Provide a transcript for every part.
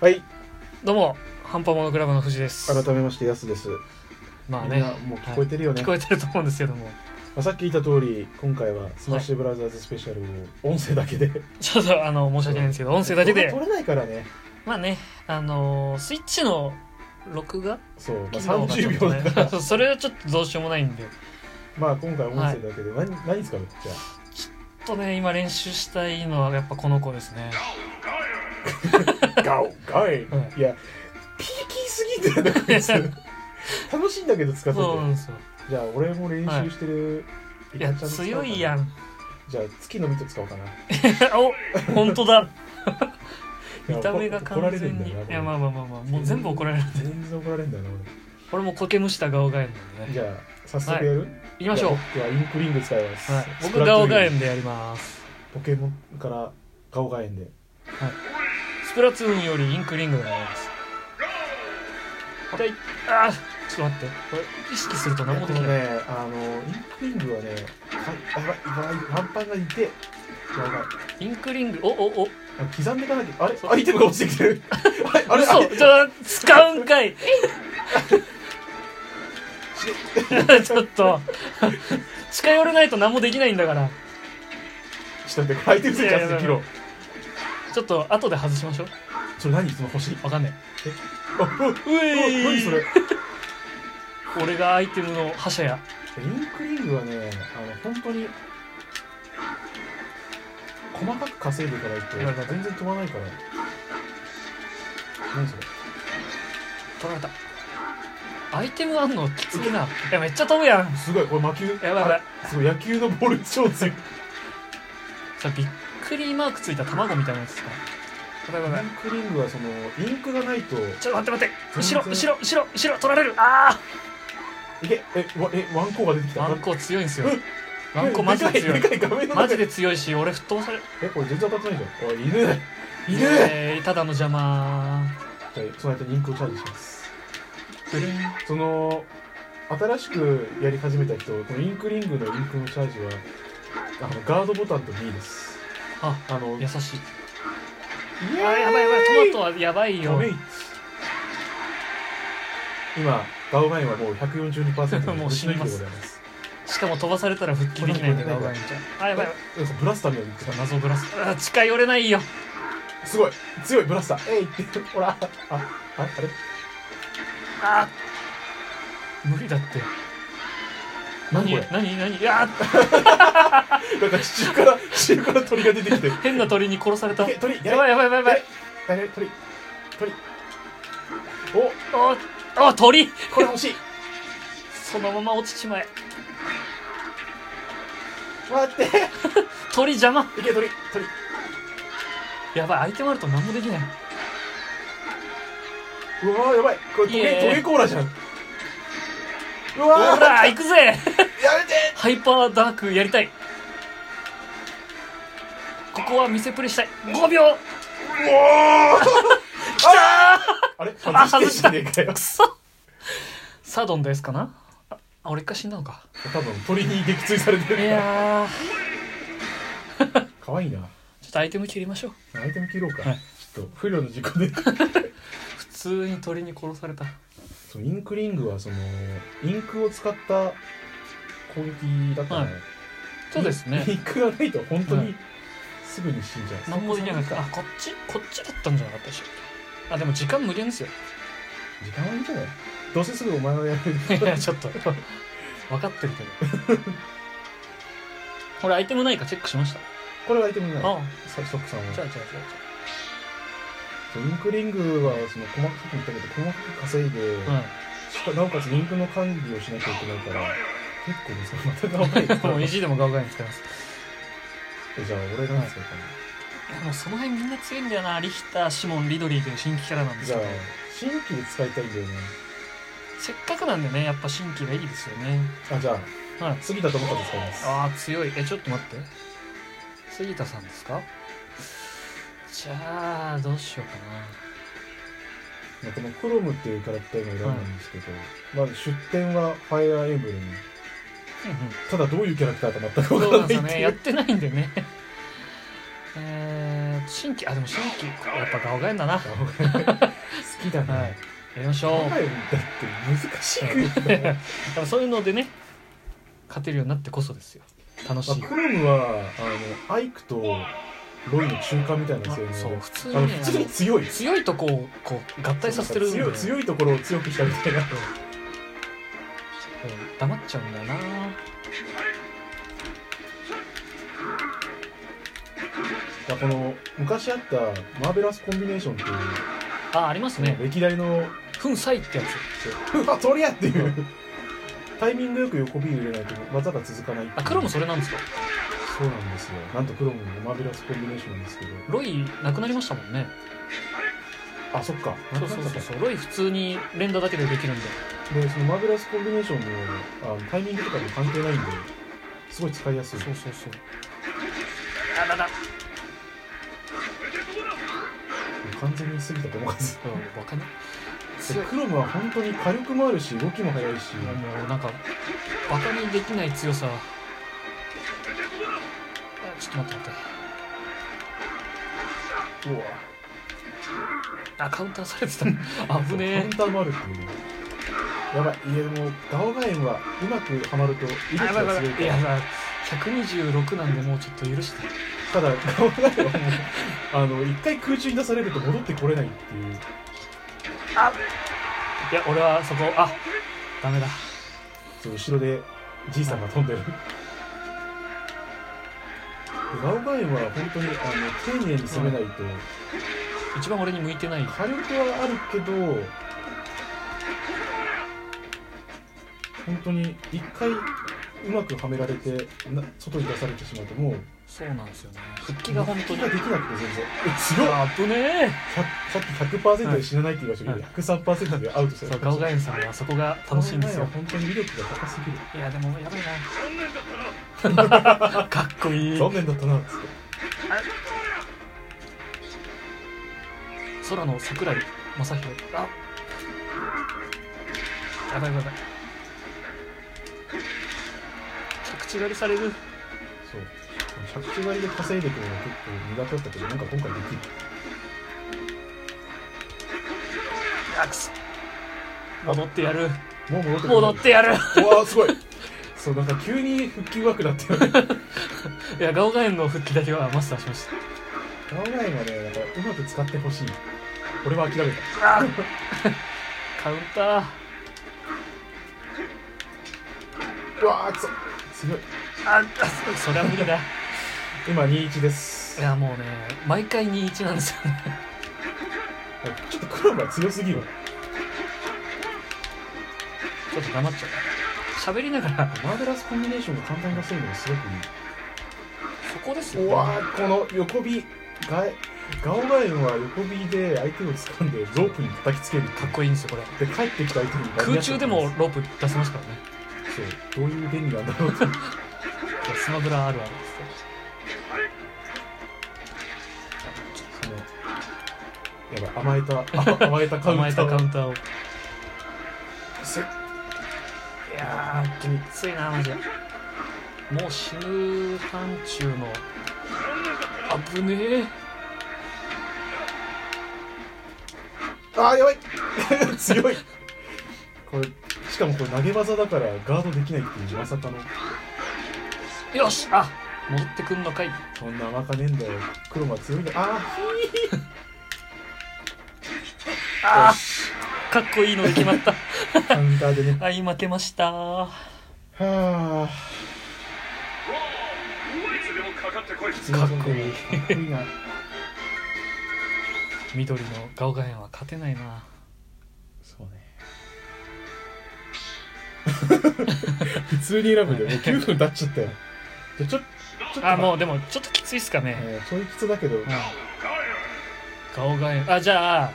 はいどうも、ハンパモノクラブの藤です。改めましてやすです、まあみんね、なもう聞こえてるよね、聞こえてると思うんですけども、まあ、さっき言った通り今回はスマッシュブラザーズスペシャルを音声だけでちょっとあの申し訳ないんですけど、音声だ けで取、れないからねまあね、あのスイッチの録画そう、まあ、機能がちょっ30と秒ねだから、そうそれはちょっとどうしようもないんで、 まあ今回音声だけで、何何使うじゃちょっとね、今練習したいのはやっぱこの子ですね。 あガオガイ、、はいやピーキーすぎんだよねこいつ楽しいんだけど使ってて そうなんですよ。じゃあ俺も練習してる、いや、強いやんん。じゃあ月のミト使おうかな お本当だ。いや見た目が怒ら完れる全んだに。いよなこれや、まあまあまあまあ、もう全部怒られる。全然怒られるんだよなこれも苔むした顔がえんなん俺でじね。ゃあ早速やる、いきましょう。じゃあ僕はインクリング使います、はい、ス僕プラトゥー顔ンがえんでやります。ポケモンから顔がえんでスプラトゥーンよりインクリングでやります。はい、あーちょっと待って、これ意識すると何もできない。ねあのインクリングはねかやばいやばいワンパンがいてやばいインクリング、おおお、あ刻んでいかなきゃあれそうアイテムが落ちてきて るあれあれあ嘘れちょっと使うんかい ちょっと、近寄れないと何もできないんだから、ちょっと待ってこれアイテム全部いやいやいや1 0キロちょっと後で外しましょう。それ何その星わかんない。あうわうえ何それい俺がアイテムの覇者や。インクリングはねあの本当に細かく稼いでいかないやばとい全然飛ばないから何それ取られた。アイテムあんのきついな。いや、めっちゃ飛ぶやん。すごいこれ魔球やばいやばいあすごい野球のボール超強いさ、びっくりマークついた卵みたいなやつか。やばいやばいやばいインクリングはそのインクがないとちょっと待って待って後ろ全後ろ後ろ後ろ取られるあいけえわえワンコが出てきあたワンコ強いんですようんワンコマジで強いかいかい画面の中マジで強いし俺吹っ飛ばされるえこれ全然当たってないじゃんおい犬犬、えーただの邪魔はいその間にインクをチャージしますブルンその新しくやり始めた人このインクリングのインクのチャージはあのガードボタンと B ですああの優しいイエーイあやばいやばいトマトはやばいよトメイツ今ガオガインはもう142% もう死にますでございますしかも飛ばされたら復帰できないんだよトメイトガオガインちゃんあやばいやえそうブラスターみたいなの言ってたばい謎ブラスあー近寄れないよすごい強いブラスターえいってほらあああれあー無理だって何何これ何何あーなんか地中から 地中から鳥が出てきて変な鳥に殺されたえや鳥やばばいいやばいやばいやばいあれ鳥鳥おおお鳥これ欲しいそのまま落ちちまえ待って鳥邪魔いけ鳥鳥やばい相手もあると何もできないうわーやばいこれトいえゲトゲコーラじゃんうほわーやら行くぜ めてハイパーダークやりたいここは見せプレしたい5秒うわーきたーあれあ外してんじゃねえかよくそサドンですかなああ俺一回死んだのか多分鳥に撃墜されてるいからやーかわいいなちょっとアイテム切りましょうアイテム切ろうか、はいちょっと不良の事故で普通に鳥に殺されたそうインクリングはそのインクを使った攻撃だから、はいそうですねインクがないと本当はにいすぐに死んじゃう、 何もできなかったあこっちこっちだったんじゃなかったでしょあでも時間無限ですよ時間はいいんじゃないどうせすぐお前がやる いやちょっと分かってるけどこれアイテムないかチェックしましたこれはアイテムないあさストックさんじゃあはじゃあじゃあそうインクリングはその細かく言ったけど細かく稼いで、しかなおかつインクの管理をしなきゃいけないから結構ねそれまた頑張 もう意る地でもガウガウに使いますじゃあ俺なんですか、いやもうその辺みんな強いんだよなリヒターシモンリドリーという新規キャラなんですじゃけあど新規で使いたいんだよねせっかくなんでねやっぱ新規がいいですよねあじゃあ、はい杉田智和使いますああ強いえちょっと待って杉田さんですかじゃあどうしようまあこのクロムっていうキャラクター今選んだんですけど、まあ、出展はファイアーエンブレムかなうんうんただどういうキャラクターか全くそ分うかならんでないすよってね いやうってないんでねええー新規あでも新規やっぱガオガエンだなガオガエン好きだはいね。やりましガょオうガエンだって難しいからね。だからそういうのでね勝てるようになってこそですよ楽しまあいクロムはあのアイクとロイの中間みたいなあ性能でそう普通あのにね普通に強いあの強いとこをこう合体させてるんで強い強いところを強くしたみたいなうん黙っちゃうんだよなだからこの昔あったマーベラスコンビネーションっていうあありますね歴代の粉砕ってやつうわそりゃっていうタイミングよく横ビール入れないと技が続かないっていうあ黒もそれなんですよそうなんですよなんと黒もマーベラスコンビネーションなんですけどロイなくなりましたもんねあそっかそうそうそうそうロイ普通に連打だけでできるんででそのマーベラスコンビネーションのあのタイミングとかも関係ないんですごい使いやすいそうそうそうあだだ完全に過ぎたと思うんですうんわかんないで強いクロムは本当に火力もあるし動きも速いしもうなんかバカにできない強さあちょっと待って待ってうわあカウンターされ てた危ねカウえンターもあるっていうやばいいやでもガオガエンはうまくはまると威あ力がやばいやば強いいいからやだ126なんでもうちょっと許してただガオガエンはもうあの一回空中に出されると戻ってこれないっていういや俺はそこあダメだそう後ろでじいさんが飛んでるでガオガエンは本当にあの丁寧に攻めないと一番俺に向いてない火力はあるけど本当に一回うまくはめられてな外に出されてしまうともうそうなんですよね復帰が本当復帰にができなくて全然え強っあ危ねささっき100%で死なないって言いましたけど、103%でアウトしえたそうガオガエンさんはそこが楽しいんですよ本当に威力が高すぎるいやでもやばいな かっこいい残念だったなっつって空の桜井正宏あやばいやばいやばい着地狩りされるそう着地割りで稼いでくるのが結構苦手だったけどなんか今回できるあくそ戻ってやるもう戻ってこな戻いってやるうわーすごいそうなんか急に復帰うまくなってるいやガオガエンの復帰だけはマスターしましガオガエンはね、なんかうまく使ってほしい。俺は諦めた。たあーカウンターうわー、くそ。すごい。ああそりゃ無理だ今21ですい。やもうね毎回21なんですよねちょっとクロムは強すぎるわ。ちょっと黙っちゃう喋りながらマーベラスコンビネーションが簡単に出せるのがすごくそこですいい。よ、うね、わー、この横火。ガエガオガエンは横火で相手を掴んでロープに叩きつけるってかっこいいんですよこれで帰ってきた相手にバリ空アショッ中でトもロープ出せますからねそうどういう便利なんだろうって いやスマブラあるあるですよそのやばい甘えた あ甘えたカウンター甘えたカウンターをいせやーきついなマジでもう死ぬ範疇の危ねえあーやばい強い これしかもこれ投げ技だからガードできないっていうまさかのよしあ戻ってくんのかいそんな甘かねえんだよ黒が強いんだああーかっこいいので決 まったーカウンターでねはい負けましたはあかっこいいかっこいいな緑のガオガエンは勝てないなそう ね普通に選ぶでもう9分経っちゃったよじゃあちょちょっとあもうでもちょっときついっすかね、えーちょいきつだけどうん顔がええあじゃあ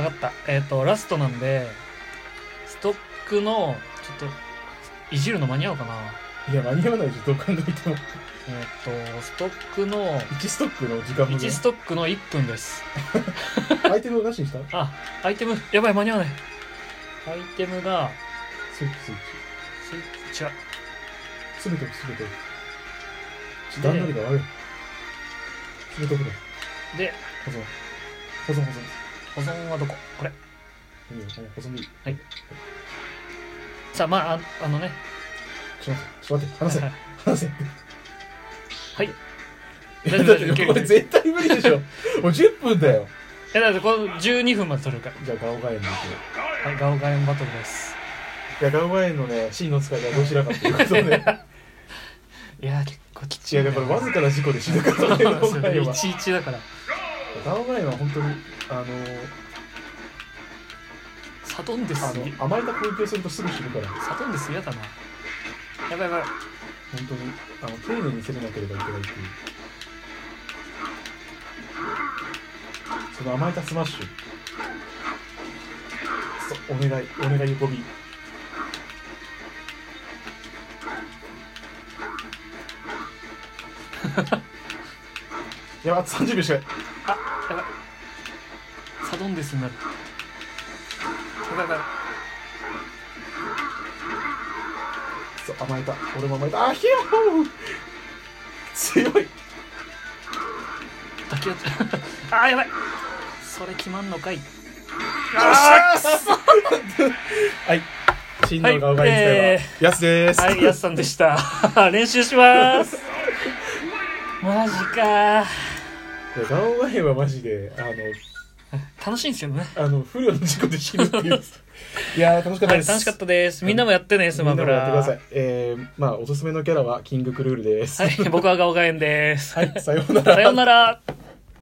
分かったえっ、とラストなんでストックのちょっといじるの間に合うかないや間に合わないでしょどう考えてもえっ、とストックの1ストックの時間もね1ストックの1分ですアイテムをなしにしたあアイテムやばい間に合わないアイテムがスイッチスイッチスイッチはすべてをすべてを。ちょっと段取りが悪い。入れとくねで保存保存保存保存はどここれいいよもう保存でいいさあまあああのねちょっと待ってちょっと待って話せ話せだ 大丈夫大丈夫ってこれ絶対無理でしょもう10分だよえだってこの12分まで撮るからじゃあガオガエンのはいガオガエンバトルですいやガオガエンのね C の使いがどちらかっていう ことでいやー結構きついいやんだよからわずかな事故で死ぬからねガオそうガエンは11だからガオガエンは本当にあのサドンデスあの甘えた攻撃をするとすぐ死ぬからサドンデス嫌だなやばいやばい本当にあの丁寧に攻めなければいけないっていうその甘えたスマッシュそうお願いお願い横びやばあと30秒しかないやばいサドンデスになるやばいやばいそう甘えた俺も甘えたあひゃほー強い抱き合 っちゃうあーやばいそれ決まんのかいあーくそ はい真の顔がいいはいえですやすですはい、やすさんで した。練習します。 マジいかやガオガエはマジであ楽しいんですよね。のあの不良の事故で死ぬっていういやー楽しかったではい、楽す、しかったです。みんなもやってね、スマみブんなもやってくラ。ださいえー、まあおすすめのキャラはキングクルールですはい、僕はガオガエンです。はい、さようならさようなら。